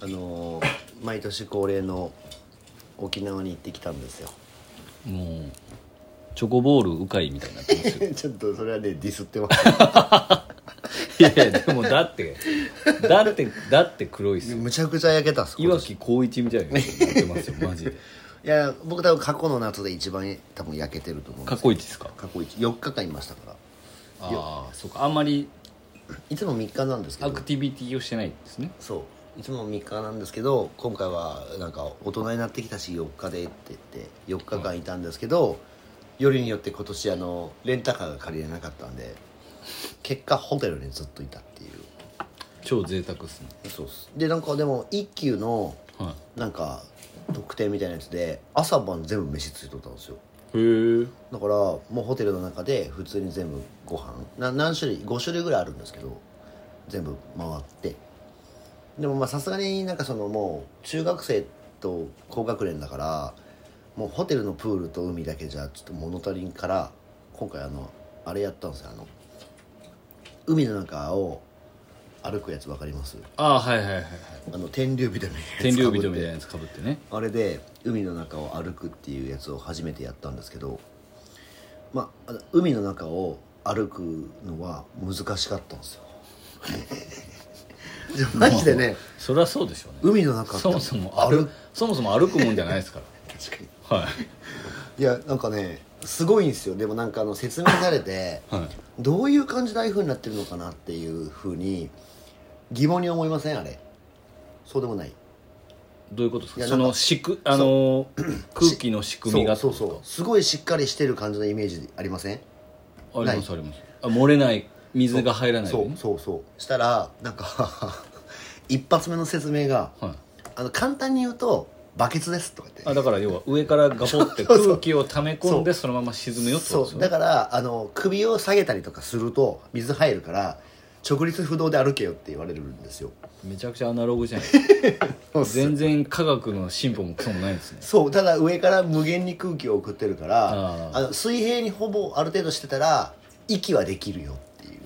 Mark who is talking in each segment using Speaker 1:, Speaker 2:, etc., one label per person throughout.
Speaker 1: あのー毎年恒例の沖縄に行ってきたんですよ
Speaker 2: もうチョコボールうかいみたいになってます よ
Speaker 1: ちょっとそれはねディスってます
Speaker 2: いやいやでもだってだってだって黒いっすよ
Speaker 1: むちゃくちゃ焼けたっす今
Speaker 2: 岩
Speaker 1: 年
Speaker 2: 城光一みたいになってますよマジで
Speaker 1: いや僕多分過去の夏で一番多分焼けてると思うん
Speaker 2: 過
Speaker 1: です
Speaker 2: 去一ですか
Speaker 1: 過去一4日間いましたから
Speaker 2: ああそうかあんまり
Speaker 1: いつも3日なんですけ
Speaker 2: ア
Speaker 1: ど
Speaker 2: クティビティをしてないですね
Speaker 1: そういつも3日なんですけど今回はなんか大人になってきたし4日でって言って4日間いたんですけど、よりによって今年あのレンタカーが借りれなかったんで結果ホテルにずっといたっていう
Speaker 2: 超贅沢っすね
Speaker 1: そうっすでなんかでも一休の
Speaker 2: は
Speaker 1: なんか特典みたいなやつで朝晩全部飯ついとったんですよ
Speaker 2: いへえ
Speaker 1: だからもうホテルの中で普通に全部ご飯な何種類5種類ぐらいあるんですけど全部回ってでもまあさすがになんかそのもう中学生と高学年だからもうホテルのプールと海だけじゃちょっと物足りんから今回あのあれやったんですよあの海の中を歩くやつ分かります
Speaker 2: ああはいはいはいはい
Speaker 1: あの天竜人みたいなやつ
Speaker 2: 天竜人み
Speaker 1: 被
Speaker 2: たい
Speaker 1: っ
Speaker 2: な
Speaker 1: て
Speaker 2: やつかぶってね
Speaker 1: あれで海の中を歩くっていうやつを初めてやったんですけど、まあ、あの海の中を歩くのは難しかったんです よじゃあマジでね
Speaker 2: そりゃそうでしょうね
Speaker 1: 海の中って
Speaker 2: そもそも
Speaker 1: 歩
Speaker 2: 歩
Speaker 1: く
Speaker 2: そもそも歩くもんじゃないですか
Speaker 1: 確かに
Speaker 2: ら はい
Speaker 1: やなんかねすごいんですよでもなんかあの説明されて、
Speaker 2: はい
Speaker 1: どういう感じでああいう風になってるのかなっていう風に疑問に思いませんあれそうでもない
Speaker 2: いどういうことです
Speaker 1: いやな
Speaker 2: かそ
Speaker 1: んか
Speaker 2: のしくあの空気の仕組みが
Speaker 1: そうそうそうすごいしっかりしてる感じのイメージありません
Speaker 2: ありますありますあ漏れない水が入らないよ
Speaker 1: そう
Speaker 2: に
Speaker 1: そうそうしたらなんか 一発目の説明が
Speaker 2: はい
Speaker 1: あの簡単に言うと「バケツです」とか言
Speaker 2: あ
Speaker 1: って
Speaker 2: だから要は上からガポって空気を溜め込んでそのまま沈むよってことです
Speaker 1: そう
Speaker 2: よ
Speaker 1: だ
Speaker 2: ね
Speaker 1: からあの首を下げたりとかすると水入るから直立不動で歩けよって言われるんですよ
Speaker 2: めちゃくちゃアナログじゃ ないですか
Speaker 1: そう
Speaker 2: 全然科学の進歩もクソもないですね
Speaker 1: そうただ上から無限に空気を送ってるから
Speaker 2: あー
Speaker 1: あの水平にほぼある程度してたら息はできるよっていう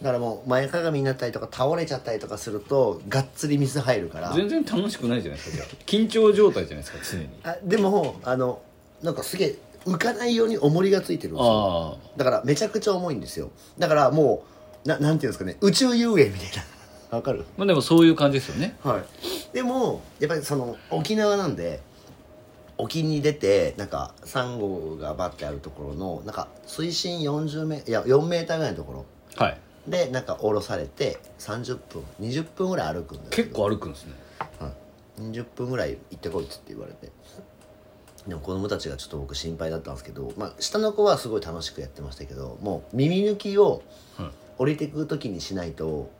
Speaker 1: だからもう前かがみになったりとか倒れちゃったりとかするとがっつり水入るから
Speaker 2: 全然楽しくないじゃないですかじゃあ緊張状態じゃないですか常に
Speaker 1: あでもあのなんかすげえ浮かないように重りがついてるんですよ
Speaker 2: あ
Speaker 1: だからめちゃくちゃ重いんですよだからもうななんていうんですかね宇宙遊泳みたいなわかる
Speaker 2: あまあでもそういう感じですよね
Speaker 1: はいでもやっぱりその沖縄なんで沖に出てなんかサンゴがバッてあるところのなんか水深40メいや4メーターぐらいのところ
Speaker 2: はい
Speaker 1: でなんか降ろされて30分20分ぐらい歩くんですけど
Speaker 2: 結構歩くんですね
Speaker 1: はい、20分ぐらい行ってこいっつって言われてでも子供たちがちょっと僕心配だったんですけど、まあ、下の子はすごい楽しくやってましたけどもう耳抜きを
Speaker 2: はい
Speaker 1: 降りてく時にしないと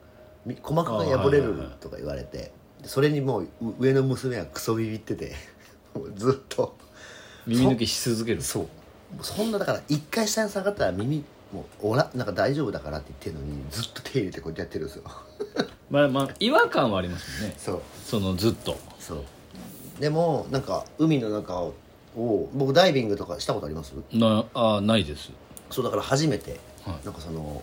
Speaker 1: み鼓膜が破れるとか言われてそれにもうう上の娘はクソビビってて もうずっと
Speaker 2: 耳抜きし続ける
Speaker 1: そうそんなだから一回下に下がったら耳もうおらなんか大丈夫だからって言ってるのにずっと手入れてこうやってやってるんですよ
Speaker 2: まあまあ違和感はありますよね
Speaker 1: そう
Speaker 2: そのずっと
Speaker 1: そうでもなんか海の中を僕ダイビングとかしたことあります
Speaker 2: なあーないです
Speaker 1: そうだから初めて、
Speaker 2: はい
Speaker 1: なんかその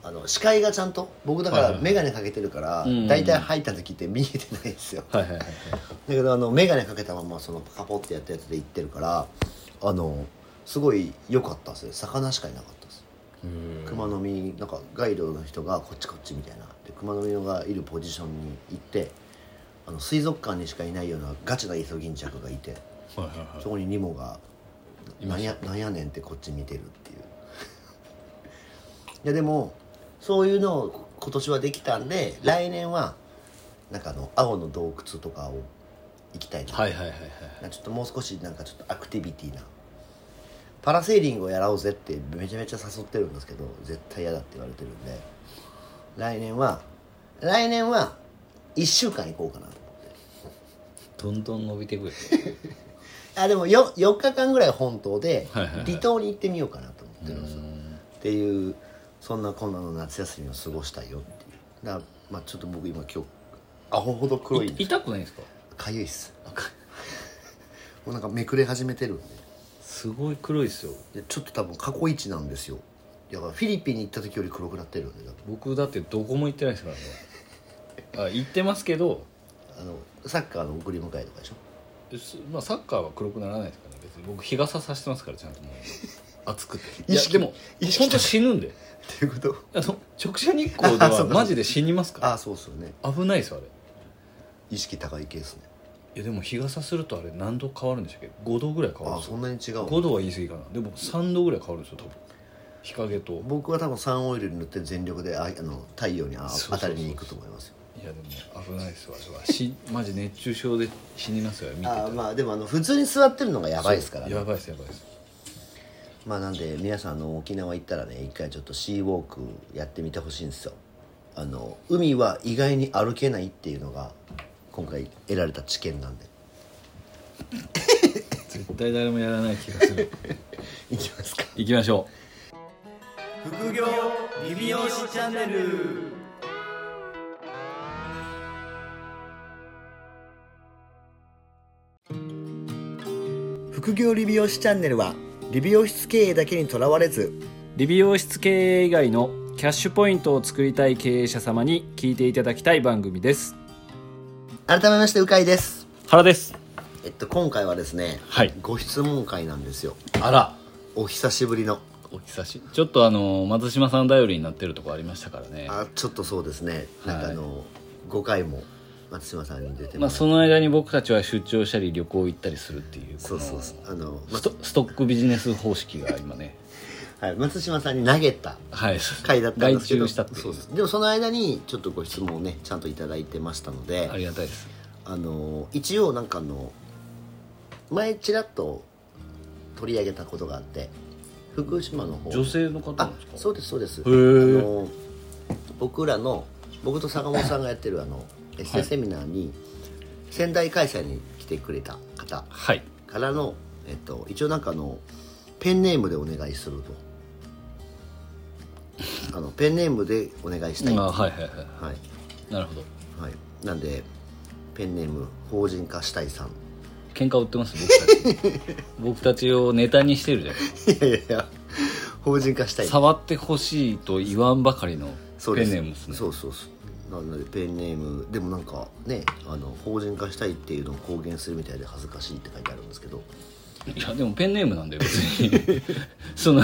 Speaker 1: あの視界がちゃんと僕だか
Speaker 2: はいはい
Speaker 1: ら
Speaker 2: はい
Speaker 1: 眼鏡かけてるから
Speaker 2: うん
Speaker 1: 大体入った時って見えてないんですよ
Speaker 2: はいはいはいはい
Speaker 1: だけどあの眼鏡かけたままそのパカポってやったやつで行ってるからあのすごい良かったですね魚しかいなかったです熊の実なんかガイドの人がこっちこっちみたいなで熊の実がいるポジションに行ってあの水族館にしかいないようなガチなイソギンチャクがいて
Speaker 2: はいはいはい
Speaker 1: そこにニモが「
Speaker 2: いま
Speaker 1: なん
Speaker 2: し
Speaker 1: やなんやねん」ってこっち見てるっていう いやでもそういうのを今年はできたんで来年はなんかあの青の洞窟とかを行きたいな,、
Speaker 2: はいはいはいはい
Speaker 1: なちょっともう少しなんかちょっとアクティビティなパラセーリングをやろうぜってめちゃめちゃ誘ってるんですけど絶対嫌だって言われてるんで来年は来年は1週間行こうかなと思って
Speaker 2: どんどん伸びてくる
Speaker 1: あでもよ4日間ぐらい本島で
Speaker 2: はいはいはい
Speaker 1: 離島に行ってみようかなと思ってるんですよ、っていうそんなこんなの夏休みを過ごしたいよっていうだから、まあ、ちょっと僕今今日アホほど黒いんで
Speaker 2: 痛くないですか
Speaker 1: かゆいっす もうなんかめくれ始めてるんです
Speaker 2: ごい黒いですよ
Speaker 1: でちょっと多分過去一なんですよだからフィリピンに行った時より黒くなってるんで多分
Speaker 2: 僕だってどこも行ってないですからねあ行ってますけど
Speaker 1: あのサッカーの送り迎えとかでしょ
Speaker 2: すまあ、サッカーは黒くならないですからね別に僕日傘さしてますからちゃんともう暑くてい
Speaker 1: 意
Speaker 2: や
Speaker 1: 識
Speaker 2: でも
Speaker 1: 意識
Speaker 2: 本当死ぬんで
Speaker 1: っていうこと
Speaker 2: あの直射日光 で
Speaker 1: あそ
Speaker 2: は
Speaker 1: うか
Speaker 2: マジで死にます
Speaker 1: あ
Speaker 2: か
Speaker 1: あそうっすよね
Speaker 2: ら危ないですよあれ
Speaker 1: 意識高いケースね
Speaker 2: いやでも日傘するとあれ何度変わるんでしたっけ5度ぐらい変わ
Speaker 1: あ
Speaker 2: るん
Speaker 1: あ
Speaker 2: です
Speaker 1: そ
Speaker 2: よ
Speaker 1: んなに違う
Speaker 2: 5
Speaker 1: の
Speaker 2: 度は言い過ぎかなでも3度ぐらい変わるんですよ多分日陰と
Speaker 1: 僕は多分サンオイルに塗って全力でああの太陽にあ
Speaker 2: そうそうそう
Speaker 1: 当たりに行くと思いますよ
Speaker 2: いやでも危ないですわあれはしマジ熱中症で死にますよあれ見てたら
Speaker 1: ああまあでもあの普通に座ってるのがやばいですからね
Speaker 2: やばいですやばいです
Speaker 1: まあなんで皆さんあの沖縄行ったらね一回ちょっとシーウォークやってみてほしいんですよあの海は意外に歩けないっていうのが今回得られた知見なんで
Speaker 2: 絶対誰もやらない気がする
Speaker 1: いきますか
Speaker 2: 行きましょ
Speaker 3: 副業リビオシチャンネル
Speaker 4: 副業理美容師チャンネルは理美容室経営だけにとらわれず
Speaker 2: う理美容室経営以外のキャッシュポイントを作りたい経営者様に聞いていただきたい番組です
Speaker 1: 改めましてうかいです
Speaker 2: 原です
Speaker 1: えっと今回はですね、
Speaker 2: はい
Speaker 1: ご質問会なんですよ
Speaker 2: あら
Speaker 1: お久しぶりの
Speaker 2: お久しちょっとあの松島さん頼りになってるとこありましたからね
Speaker 1: あちょっとそうですねなんかあの、5回も松島さんに出てもらって、
Speaker 2: まあその間に僕たちは出張したり旅行行ったりするっていう
Speaker 1: そうそうそうあの、
Speaker 2: ストストックビジネス方式が今ね
Speaker 1: はい、松島さんに投げた
Speaker 2: はい
Speaker 1: 回だったんですけど
Speaker 2: 外注したっていう
Speaker 1: そうですでもその間にちょっとご質問をねちゃんといただいてましたので
Speaker 2: ありがたいです
Speaker 1: あの一応なんかあの前ちらっと取り上げたことがあって福島の方
Speaker 2: 女性の方な
Speaker 1: あ
Speaker 2: んですか
Speaker 1: そうですそうですあ
Speaker 2: ー
Speaker 1: の僕らの僕と坂本さんがやってるあのエッセイセミナーに仙台開催に来てくれた方
Speaker 2: はい
Speaker 1: からの、えっと、一応なんかあのペンネームでお願いす るとあのペンネームでお願いしたい、
Speaker 2: あ
Speaker 1: は
Speaker 2: はいはいは
Speaker 1: い
Speaker 2: い
Speaker 1: はい
Speaker 2: なるほど
Speaker 1: なんでペンネーム法人化したいさん
Speaker 2: 喧嘩売ってます僕たち僕たちをネタにしてるじゃん
Speaker 1: いやいやいや法人化したい
Speaker 2: 触ってほしいと言わんばかりの
Speaker 1: そう
Speaker 2: ペ
Speaker 1: で
Speaker 2: ン
Speaker 1: す
Speaker 2: ネームですね
Speaker 1: そうそうそうなのでペンネームでもなんかねあの法人化したいっていうのを公言するみたいで恥ずかしいって書いてあるんですけど
Speaker 2: いやでもペンネームなんだよ別に その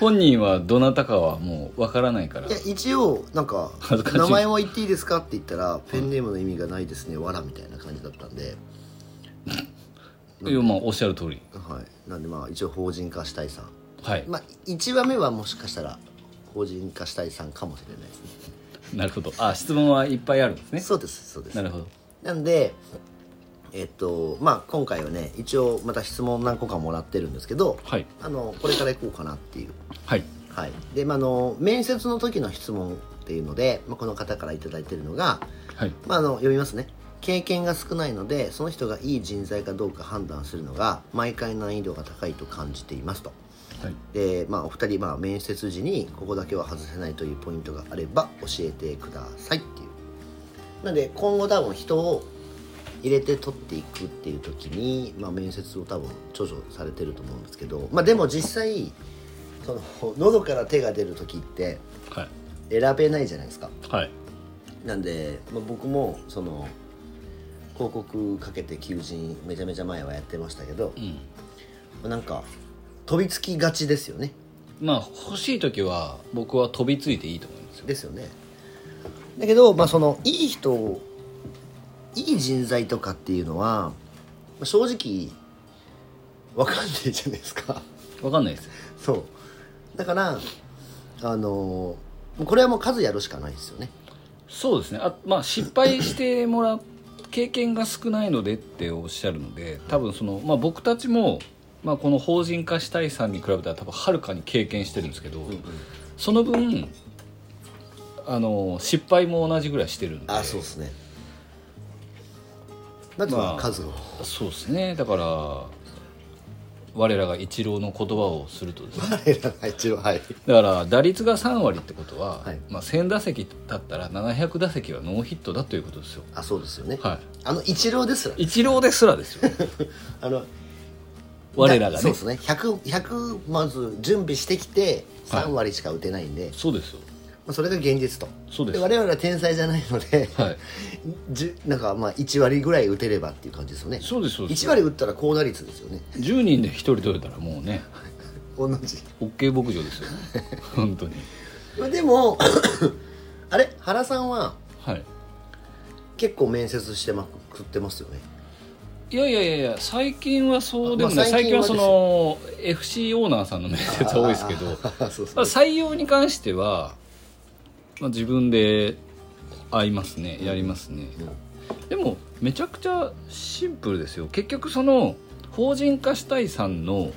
Speaker 2: 本人はどなたかはもうわからないから
Speaker 1: いや一応なんか
Speaker 2: 恥ずかしい
Speaker 1: 名前も言っていいですか?」って言ったら「ペンネームの意味がないですねわら」みたいな感じだったんで、
Speaker 2: いやまあおっしゃる通り
Speaker 1: はい、なんでまあ一応法人化したいさん
Speaker 2: はい、
Speaker 1: まあ1話目はもしかしたら法人化したいさんかもしれないですね
Speaker 2: なるほどあ質問はいっぱいあるんですね
Speaker 1: そうですそうです
Speaker 2: なるほど
Speaker 1: なんでえっとまあ今回はね一応また質問何個かもらってるんですけど、
Speaker 2: はい
Speaker 1: あのこれから行こうかなっていう
Speaker 2: はい
Speaker 1: はい、で、まあ、あの面接の時の質問っていうので、まあ、この方から頂いいてるのが、
Speaker 2: はい
Speaker 1: まあ、あの読みますね経験が少ないのでその人がいい人材かどうか判断するのが毎回難易度が高いと感じていますと
Speaker 2: はい
Speaker 1: で、まあ、お二人、まあ、面接時にここだけは外せないというポイントがあれば教えてくださいっていうなので今後多分人を入れて取っていくっていう時に、まあ、面接を多分著々されてると思うんですけど、まあ、でも実際その喉から手が出る時って
Speaker 2: はい
Speaker 1: 選べないじゃないですか
Speaker 2: はい
Speaker 1: なんで、まあ、僕もその広告かけて求人めちゃめちゃ前はやってましたけど、まあなんか飛びつきがちですよね
Speaker 2: まあ欲しい時は僕は飛びついていいと思いますよ
Speaker 1: ですよねだけど、まあ、そのいい人をいい人材とかっていうのは、まあ正直わかんないじゃないですか
Speaker 2: わかんないです
Speaker 1: そうだからあのもうこれはもう数やるしかないですよね
Speaker 2: そうですねあまあ失敗してもらう 経験が少ないのでっておっしゃるので多分その、まあ、僕たちも、まあ、この法人化したいさんに比べたら多分はるかに経験してるんですけど、その分あの失敗も同じぐらいしてるんで
Speaker 1: あそうですねまずは数を、
Speaker 2: そうですねだから我らが一郎の言葉をするとですね
Speaker 1: はい一応はい
Speaker 2: だから打率が3割ってことは、
Speaker 1: はい
Speaker 2: まあ、1000打席だったら700打席はノーヒットだということですよ
Speaker 1: あそうですよね、
Speaker 2: は
Speaker 1: あの一郎ですら
Speaker 2: い一郎ですらですよ
Speaker 1: あの
Speaker 2: 我らがね
Speaker 1: そうですね 100, 100まず準備してきて
Speaker 2: はい
Speaker 1: 3割しか打てないんで、
Speaker 2: そうですよ
Speaker 1: あ、それが現実と
Speaker 2: そうです
Speaker 1: 我々は天才じゃないので、
Speaker 2: はい
Speaker 1: じゅなんかまあ1割ぐらい打てればっていう感じですよね
Speaker 2: そうですそうです
Speaker 1: 1割打ったら高打率ですよね
Speaker 2: 10人で1人取れたらもうね
Speaker 1: 同じ
Speaker 2: OK 牧場ですよ ね本当に
Speaker 1: まあでも あれ原さんは
Speaker 2: はい
Speaker 1: 結構面接してまくってます よね
Speaker 2: いやいやいやいや最近はそうでもない、
Speaker 1: まあ
Speaker 2: 最
Speaker 1: 最
Speaker 2: 近
Speaker 1: 近
Speaker 2: は
Speaker 1: は
Speaker 2: その FC オーナーさんの面接は多いですけど
Speaker 1: あーそう
Speaker 2: ま
Speaker 1: そ
Speaker 2: あ
Speaker 1: う
Speaker 2: 採用に関しては、まあ、自分で会いますねやりますね、でもめちゃくちゃシンプルですよ結局その法人化したいさんの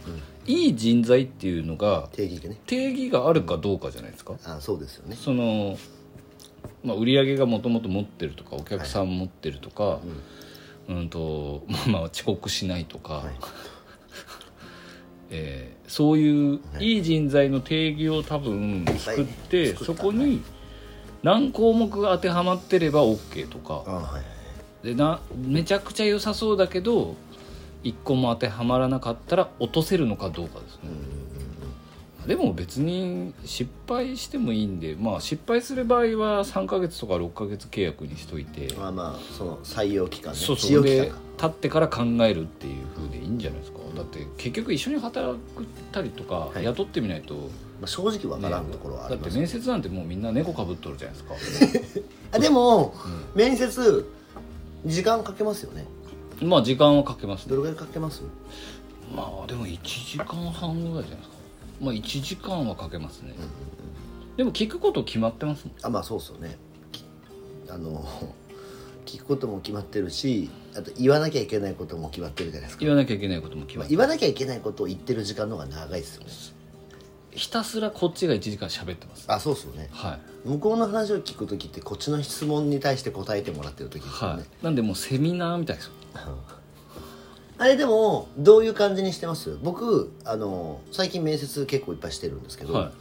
Speaker 2: いい人材っていうのが
Speaker 1: 定義でね
Speaker 2: 定義があるかどうかじゃないですか、
Speaker 1: あーそうですよね
Speaker 2: その、まあ、売り上げがもともと持ってるとかお客さん持ってるとか、うん、と まあまあ遅刻しないとか、
Speaker 1: はい
Speaker 2: えーそういう
Speaker 1: はい
Speaker 2: いい人材の定義を多分作って、
Speaker 1: 作った
Speaker 2: そこに何項目が当てはまってれば OK とか
Speaker 1: あーはい
Speaker 2: でなめちゃくちゃ良さそうだけど1個も当てはまらなかったら落とせるのかどうかですね。でも別に失敗してもいいんで、まあ、失敗する場合は3ヶ月とか6ヶ月契約にしといて、
Speaker 1: まあまあその採用期間ね
Speaker 2: そう
Speaker 1: 使
Speaker 2: そ
Speaker 1: 用
Speaker 2: う
Speaker 1: 期
Speaker 2: で
Speaker 1: 間
Speaker 2: 立ってから考えるっていう風でいいんじゃないですかだって結局一緒に働くたりとか、
Speaker 1: い
Speaker 2: 雇ってみないと、
Speaker 1: まあ、正直わ
Speaker 2: ね
Speaker 1: からんところはあ
Speaker 2: だ
Speaker 1: り
Speaker 2: っ
Speaker 1: ま
Speaker 2: て
Speaker 1: す、
Speaker 2: 面接なんてもうみんな猫かぶっとるじゃないですか
Speaker 1: あでも、面接時間かけますよね
Speaker 2: まあ時間はかけますね
Speaker 1: どれぐらいかけます
Speaker 2: まあでも1時間半ぐらいじゃないですかまあ1時間はかけますね、でも聞くこと決まってますもん
Speaker 1: あまあそうっすよねきあの 聞くことも決まってるしあと言わなきゃいけないことも決まってるじゃないですか
Speaker 2: 言わなきゃいけないことも決
Speaker 1: ま
Speaker 2: ま
Speaker 1: あ
Speaker 2: って
Speaker 1: 言わなきゃいけないことを言ってる時間の方が長いですよね
Speaker 2: ひたすらこっちが1時間喋ってます
Speaker 1: あそうっすよね
Speaker 2: はい
Speaker 1: 向こうの話を聞く時ってこっちの質問に対して答えてもらってる時ですよ
Speaker 2: は
Speaker 1: ね、
Speaker 2: いなんでもうセミナーみたいですよ
Speaker 1: あれでもどういう感じにしてます僕あの最近面接結構いっぱいしてるんですけど、
Speaker 2: は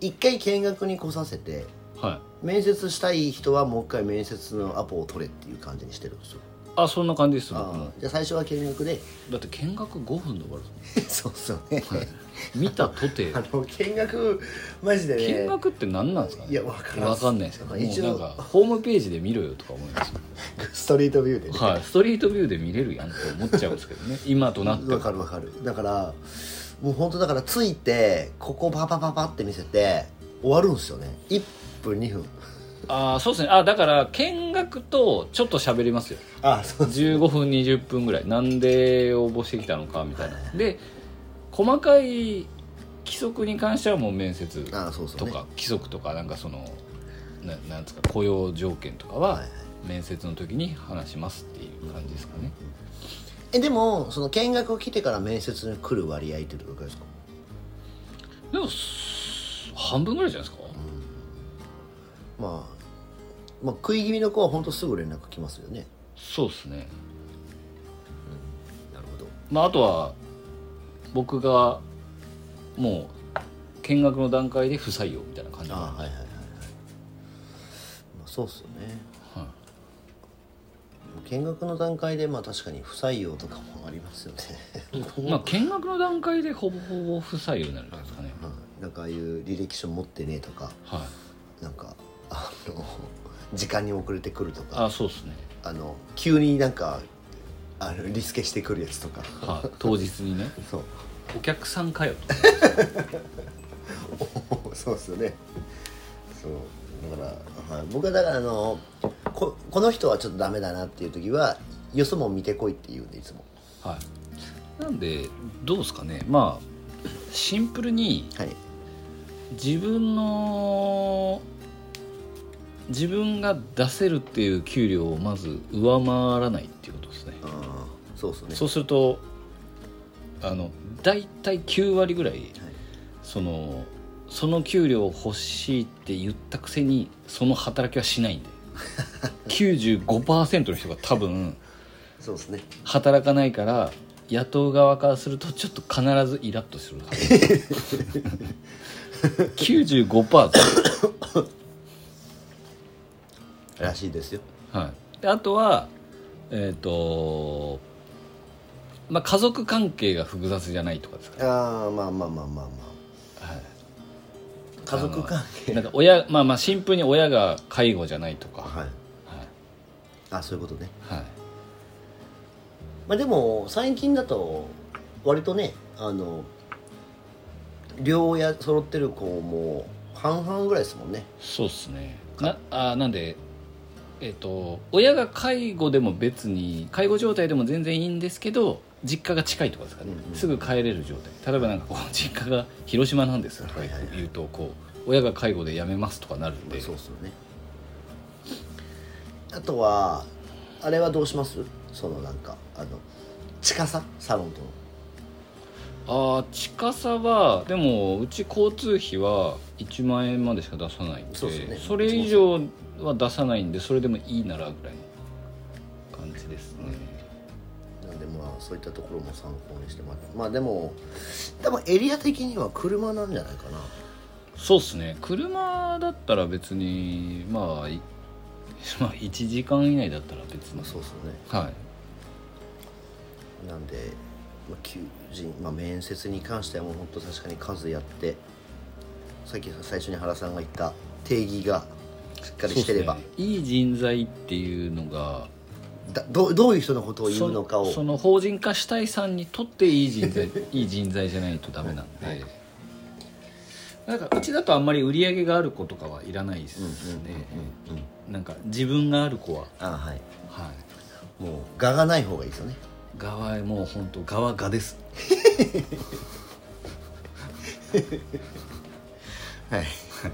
Speaker 1: 一回見学に来させて
Speaker 2: はい
Speaker 1: 面接したい人はもう一回面接のアポを取れっていう感じにしてるんですよ
Speaker 2: あそんな感じです僕
Speaker 1: あ
Speaker 2: も
Speaker 1: あじゃあ最初は見学で
Speaker 2: だって見学5分で終わる ぞ
Speaker 1: そうっすよね
Speaker 2: 見たとて
Speaker 1: あの見学マジでね
Speaker 2: 見学って何なんですかね
Speaker 1: いやわからん
Speaker 2: わかんないですけどもう
Speaker 1: 一応
Speaker 2: なんかホームページで見ろよとか思いますよ
Speaker 1: ストリートビューでね
Speaker 2: はいストリートビューで見れるやんって思っちゃうんですけど ね今となって
Speaker 1: わ
Speaker 2: は
Speaker 1: かるわかるだからもう本当だからついてここパパパパって見せて終わるんですよね1分2分
Speaker 2: ああそうですねあだから見学とちょっと喋りますよ
Speaker 1: あそう
Speaker 2: 15分20分ぐらいなんで応募してきたのかみたいなで細かい規則に関してはもう面接
Speaker 1: あそうそう
Speaker 2: と
Speaker 1: ね
Speaker 2: か規則とかなんかそのななんですか雇用条件とかは
Speaker 1: はいはい
Speaker 2: 面接の時に話しますっていう感じですかね
Speaker 1: えでもその見学を来てから面接に来る割合ってどれくらいですか
Speaker 2: でもす半分ぐらいじゃないですか
Speaker 1: まあ、まあ食い気味の子は本当すぐ連絡来ますよね
Speaker 2: そうですね
Speaker 1: なるほど
Speaker 2: まああとは僕がもう見学の段階で不採用みたいな感じ
Speaker 1: あはい
Speaker 2: い
Speaker 1: はいはいはい、まあ、そうっすよね
Speaker 2: はい
Speaker 1: 見学の段階でまあ確かに不採用とかもありますよね
Speaker 2: まあ見学の段階でほぼほぼ不採用になるんじゃないですかね、
Speaker 1: うんなんかああいう履歴書持ってねとか
Speaker 2: はい
Speaker 1: なんかあの時間に遅れてくるとか
Speaker 2: あそうですね、
Speaker 1: あの急になんかあのリスケしてくるやつとか
Speaker 2: はい、当日にね
Speaker 1: そう
Speaker 2: お客さんかよと
Speaker 1: おそうっすよねそうだから、はい、僕はだからあのここの人はちょっとダメだなっていう時はよそも見てこいって言うんでいつも
Speaker 2: はいなんでどうですかねまあシンプルに
Speaker 1: はい
Speaker 2: 自分の自分が出せるっていう給料をまず上回らないっていうことですね
Speaker 1: ああそうっすよね
Speaker 2: そうするとあの大体9割ぐらい、
Speaker 1: はい
Speaker 2: そのその給料欲しいって言ったくせにその働きはしないんで95%の人が多分
Speaker 1: そうですね
Speaker 2: 働かないから雇う側からするとちょっと必ずイラッとする95%
Speaker 1: らしいですよ
Speaker 2: はい、であとはえっ、とまあ家族関係が複雑じゃないとかですかね、
Speaker 1: ああまあまあまあまあま
Speaker 2: はい、
Speaker 1: 家族関係
Speaker 2: なんか親まあまあシンプルに親が介護じゃないとか
Speaker 1: はい
Speaker 2: はい
Speaker 1: あそういうことね
Speaker 2: はい
Speaker 1: まあでも最近だと割とねあの両親揃ってる子も半々ぐらいですもんね
Speaker 2: そうっすねなあなんでえっ、と親が介護でも別に介護状態でも全然いいんですけど実家が近いとかですかね、
Speaker 1: うんうん
Speaker 2: すぐ帰れる状態例えばなんかこう実家が広島なんですよとか
Speaker 1: はいはいはい
Speaker 2: 言うとこう親が介護で辞めますとかなるんで
Speaker 1: そうっすよねあとはあれはどうしますそのなんかあの近さサロンとの
Speaker 2: ああ近さはでもうち交通費は1万円までしか出さないんで
Speaker 1: そうっすね
Speaker 2: それ以上は出さないんでそれでもいいならぐらいの感じですね、
Speaker 1: なんでまあそういったところも参考にしてもらってまあでも多分エリア的には車なんじゃないかな
Speaker 2: そうっすね車だったら別にまあい まあ1時間以内だったら別
Speaker 1: ま
Speaker 2: に
Speaker 1: あそうっすよね
Speaker 2: はい
Speaker 1: なんで、まあ、求人、まあ、面接に関してはもう本当確かに数やってさっき最初に原さんが言った定義がしっかりしてれば、
Speaker 2: そうっすねいい人材っていうのが
Speaker 1: だどうどういう人のことを言うのかを
Speaker 2: そその法人化したいさんにとっていい人 材いい人材じゃないとダメなんで、なんかうちだとあんまり売り上げがある子とかはいらないですねなんか自分がある子は
Speaker 1: あはい
Speaker 2: はい
Speaker 1: もう我がない方がいいですよね
Speaker 2: 側へもう本当側がです
Speaker 1: はい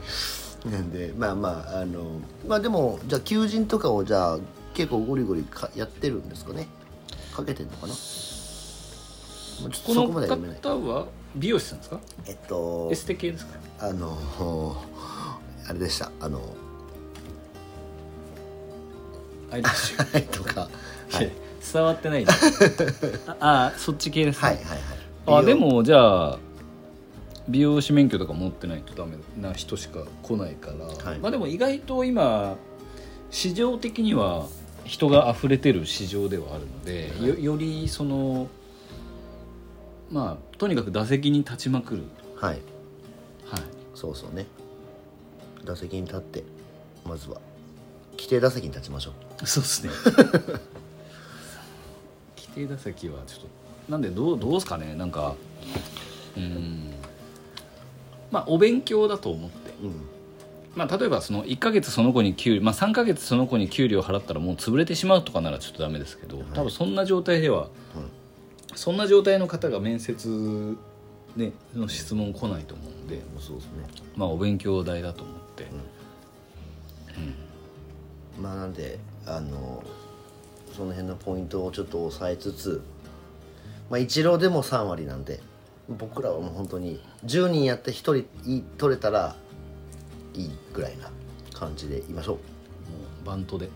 Speaker 1: なんでまあまああのまあでもじゃあ求人とかをじゃあ結構ゴリゴリかやってるんですかねかけてんのかな、まあ、ちょっとそ
Speaker 2: この
Speaker 1: こまでは読めない
Speaker 2: 方は美容師さんですか
Speaker 1: えっと
Speaker 2: エステ系ですか
Speaker 1: あのあれでしたあ の
Speaker 2: アイラッシュ
Speaker 1: はいとかはい
Speaker 2: 伝わってな いねああそっち系ですね
Speaker 1: はいはいはい
Speaker 2: あ
Speaker 1: 美
Speaker 2: で
Speaker 1: 容
Speaker 2: もじゃあ美容師免許とか持ってないとダメな人しか来ないから、
Speaker 1: はい
Speaker 2: まあでも意外と今市場的には人が溢れてる市場ではあるので、よよりそのまあとにかく打席に立ちまくる、
Speaker 1: はい
Speaker 2: はい、
Speaker 1: そうそうね打席に立ってまずは規定打席に立ちましょう
Speaker 2: そうですね 規定打席はちょっとなんでどうどうですかねなんかうんまあお勉強だと思って、
Speaker 1: うん
Speaker 2: まあ、例えばその1ヶ月その子に給料、まあ、3ヶ月その子に給料払ったらもう潰れてしまうとかならちょっとダメですけど、多分そんな状態では、そんな状態の方が面接、ね、の質問来ないと思うんで、
Speaker 1: そうですね
Speaker 2: まあ、お勉強代だと思って、
Speaker 1: まあなんであのその辺のポイントをちょっと抑えつつまあ一郎でも3割なんで僕らはもう本当に10人やって1人いい取れたらいいぐらいな感じでいましょ
Speaker 2: もうバント で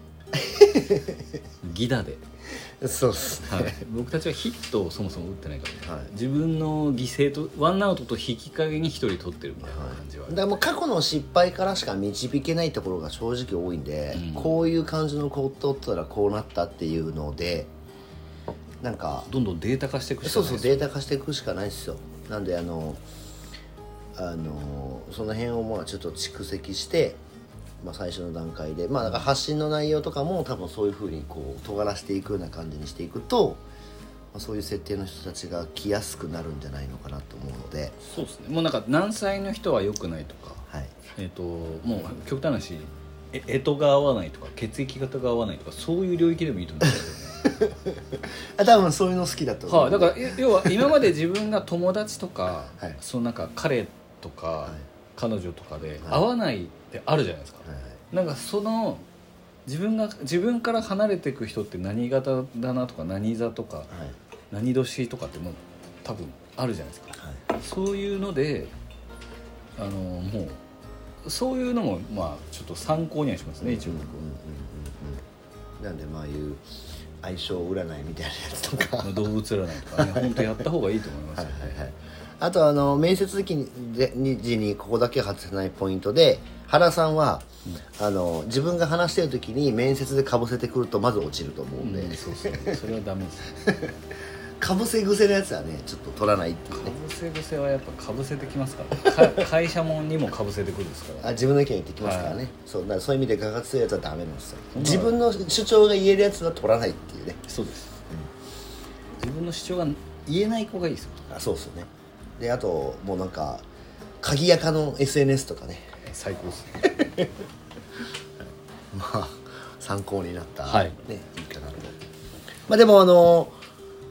Speaker 2: ギダで。
Speaker 1: うそうっす
Speaker 2: はい、 僕たちはヒットをそもそも打ってないから、
Speaker 1: はい
Speaker 2: 自分の犠牲とワンアウトと引き陰に一人取ってるみたいな感じはある、
Speaker 1: だからもう過去の失敗からしか導けないところが正直多いんで、こういう感じのことったらこうなったっていうのでなんか
Speaker 2: どんどんデータ化していくし
Speaker 1: そ
Speaker 2: か
Speaker 1: う
Speaker 2: ない
Speaker 1: そう
Speaker 2: です
Speaker 1: データ化していくしかないですよなんであのあのその辺をまあちょっと蓄積して、まあ、最初の段階で、まあ、だから発信の内容とかも多分そういうふうにこう尖らせていくような感じにしていくと、まあ、そういう設定の人たちが来やすくなるんじゃないのかなと思うので、
Speaker 2: そうですねもうなんか何歳の人は良くないとか
Speaker 1: はい、
Speaker 2: えっ、ともう極端な話ええとが合わないとか血液型が合わないとかそういう領域でもいいと思うんですよね
Speaker 1: あ多分そういうの好きだと思う
Speaker 2: はい、だからえ要は今まで自分が友達とか、
Speaker 1: はい
Speaker 2: そのなんか彼とか、
Speaker 1: い
Speaker 2: 彼女とかで合わないってあるじゃないですか、
Speaker 1: はいはい
Speaker 2: なんかその自分が自分から離れていく人って何型だなとか何座とか
Speaker 1: はい
Speaker 2: 何年とかってもう多分あるじゃないですかそういうのであのもうそういうのもまあちょっと参考にはしますね一応僕
Speaker 1: な
Speaker 2: は。
Speaker 1: んでまあああいう相性占いみたいなやつとかは
Speaker 2: 動物占いとかね本当やった方がいいと思いますよ、
Speaker 1: いはいあとあの面接時にでに時にここだけ外せないポイントで原さんは、あの自分が話してる時に面接でかぶせてくるとまず落ちると思うんで、
Speaker 2: うんそうそうそれはダメですね
Speaker 1: かぶせ癖のやつはねちょっと取らないっていうね
Speaker 2: ぶせ癖はやっぱかぶせてきますからか会社もんにもかぶせてくるんですから
Speaker 1: あ自分の意見言ってきますからね、そうだからそういう意味で価格強いやつはダメなんですよ自分の主張が言えるやつは取らないっていうね
Speaker 2: そうです、自分の主張が言えない子がいいですよ
Speaker 1: あそうっすよねであともうなんか鍵やかの SNS とかね
Speaker 2: 最高ですね
Speaker 1: まあ参考になった、
Speaker 2: はい
Speaker 1: ね、いいかなとまあでもあの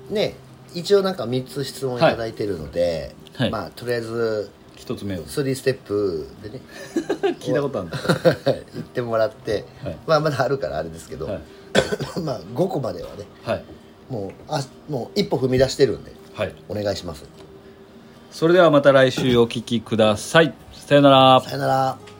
Speaker 1: ね一応なんか3つ質問いただいてるので、
Speaker 2: はいはい
Speaker 1: まあとりあえず
Speaker 2: 一つ目を
Speaker 1: 3ステップで ね
Speaker 2: 聞いたことあるんだ
Speaker 1: 言ってもらって、
Speaker 2: はい
Speaker 1: まあまだあるからあれですけど、
Speaker 2: はい
Speaker 1: まあ5個まではね
Speaker 2: はい
Speaker 1: もうあもう一歩踏み出してるんで
Speaker 2: はい
Speaker 1: お願いします
Speaker 2: それではまた来週お聞きくださいさよなら
Speaker 1: さよなら